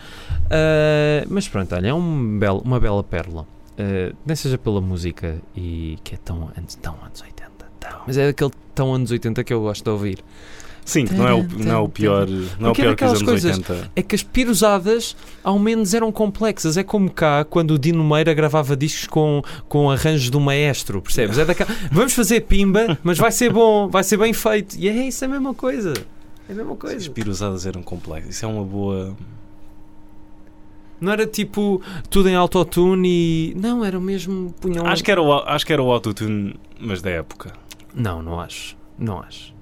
Ah, mas pronto, olha, é um belo, uma bela pérola. Ah, nem seja pela música e que é tão, anos- tão anos 80. tão- mas é aquele tão anos 80 que eu gosto de ouvir.
Sim, que não é o, não é o pior, não é o
Porque é
pior que os
daquelas
anos
coisas-
80.
é que as piruzadas ao menos eram complexas. É como cá quando o Dino Meira gravava discos com, com arranjos do maestro, percebes? É daquela, vamos fazer pimba, mas vai ser bom, vai ser bem feito. E é isso, é a mesma coisa. É a mesma
As
coisa.
piruzadas eram complexas. Isso é uma boa.
Não era tipo tudo em autotune e. Não, era mesmo. Punham.
Acho que é era o, acho que era o autotune, mas da época.
Não, não acho. Não acho.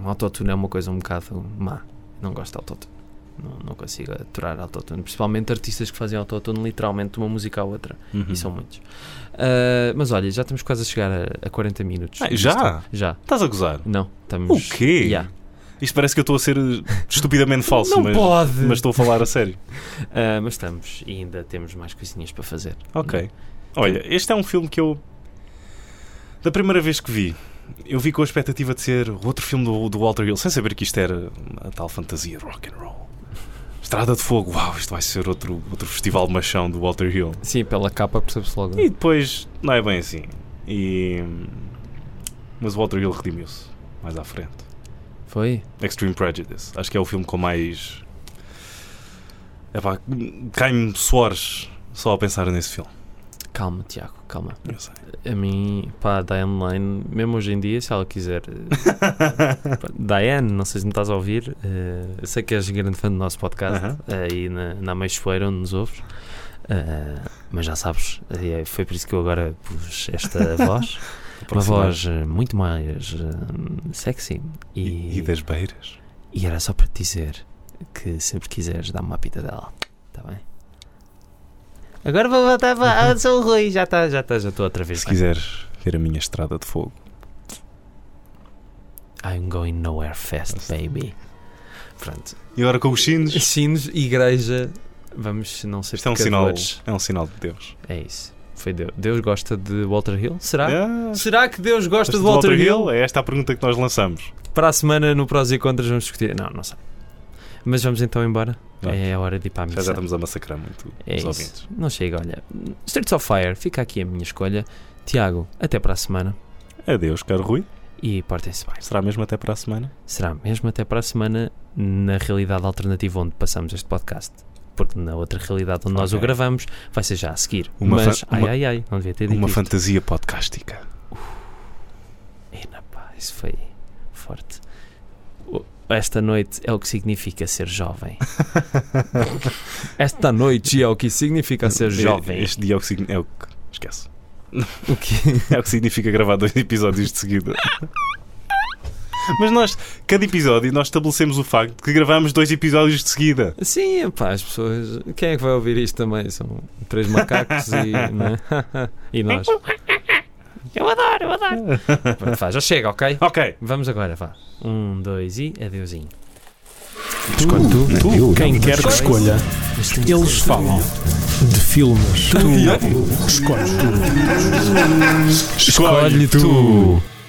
Um autotune é uma coisa um bocado má. Não gosto de autotune. Não, não consigo aturar autotune. Principalmente artistas que fazem autotune literalmente de uma música à outra.
Uhum.
E são muitos. Ah, mas olha, já estamos quase a chegar a, a 40 minutos.
Ah, já?
Já.
Estás a gozar?
Não, estamos.
O quê?
Já.
Isto parece que eu estou a ser eh, estupidamente falso,
não
mas,
pode!
mas estou a falar a sério.
Ah, mas estamos e ainda temos mais coisinhas para fazer.
Ok. Olha, este é um filme que eu. Da primeira vez que vi, eu vi com a expectativa de ser o outro filme do, do Walter Hill, sem saber que isto era a tal fantasia rock and roll. Estrada de Fogo, uau, isto vai ser outro, outro festival de machão do Walter Hill.
Sim, pela capa percebe-se logo.
E depois, não é bem assim. E. hum, Mas o Walter Hill redimiu-se mais à frente.
Foi?
Extreme Prejudice. Acho que é o filme com mais. Epá, cai-me suores só a pensar nesse filme.
Calma, Tiago, calma.
Eu sei.
A mim, pá, a Diane Lane, mesmo hoje em dia, se ela quiser. eh, pá, Diane, não sei se me estás a ouvir. eh, eu sei que és grande fã do nosso podcast
Aham.
aí na, na Meixoeira, onde nos ouves. eh, mas já sabes, eh, foi por isso que eu agora pus esta voz. Uma voz eh, muito mais eh, sexy.
E,
E,
e das beiras.
e era só para te dizer que sempre quiseres dar-me uma pita dela. Está bem? Agora vou voltar para. Ah, sou o Rui, já está, já está, já estou outra vez. né?
Se quiseres ver a minha estrada de fogo.
I'm going nowhere fast, baby. Pronto.
E agora com os sinos.
Sinos, igreja. Vamos não ser
Isto é um sinal.
pecadores.
É um sinal de Deus.
É isso. Foi Deus. Deus gosta de Walter Hill? Será?
Ah,
Será que Deus gosta
de
de Tá? Walter, Hill?
É esta a pergunta que nós lançamos.
Para a semana, no Prós e Contras, vamos discutir. Não, não sei. Mas vamos então embora.
Vamos.
É a hora de ir para a
Já, já
missa.
estamos a massacrar muito
É
os
isso.
ouvintes.
Não chega, olha. Streets of Fire, fica aqui a minha escolha. Tiago, até para a semana
Adeus, caro Rui.
e portem-se bem.
Será mesmo até para a semana?
Será mesmo até para a semana na realidade alternativa onde passamos este podcast. Porque na outra realidade onde nós
Ok.
o gravamos vai ser já a seguir.
Uma
Mas,
fa-
ai,
uma-
ai, ai, não devia ter dito
Uma
isto.
fantasia podcástica.
Ena, pá, isso foi forte. O- Esta noite é o que significa ser jovem. Esta noite é o que significa ser jovem.
Este dia é o que significa. É o que... Esquece.
O quê?
É o que significa gravar dois episódios de seguida. Mas nós, cada episódio, nós estabelecemos o facto de que gravamos dois episódios de seguida.
Sim, pá, as pessoas. Quem é que vai ouvir isto também? São três macacos e. né? e nós. Eu adoro, eu adoro. Pronto, vá, já chega, ok?
Ok.
Vamos agora, vá. Um, dois e adeusinho.
Escolhe tu,
Tu,
quem quer que escolha, eles falam de filmes. Tu escolhe tu.
Escolhe tu.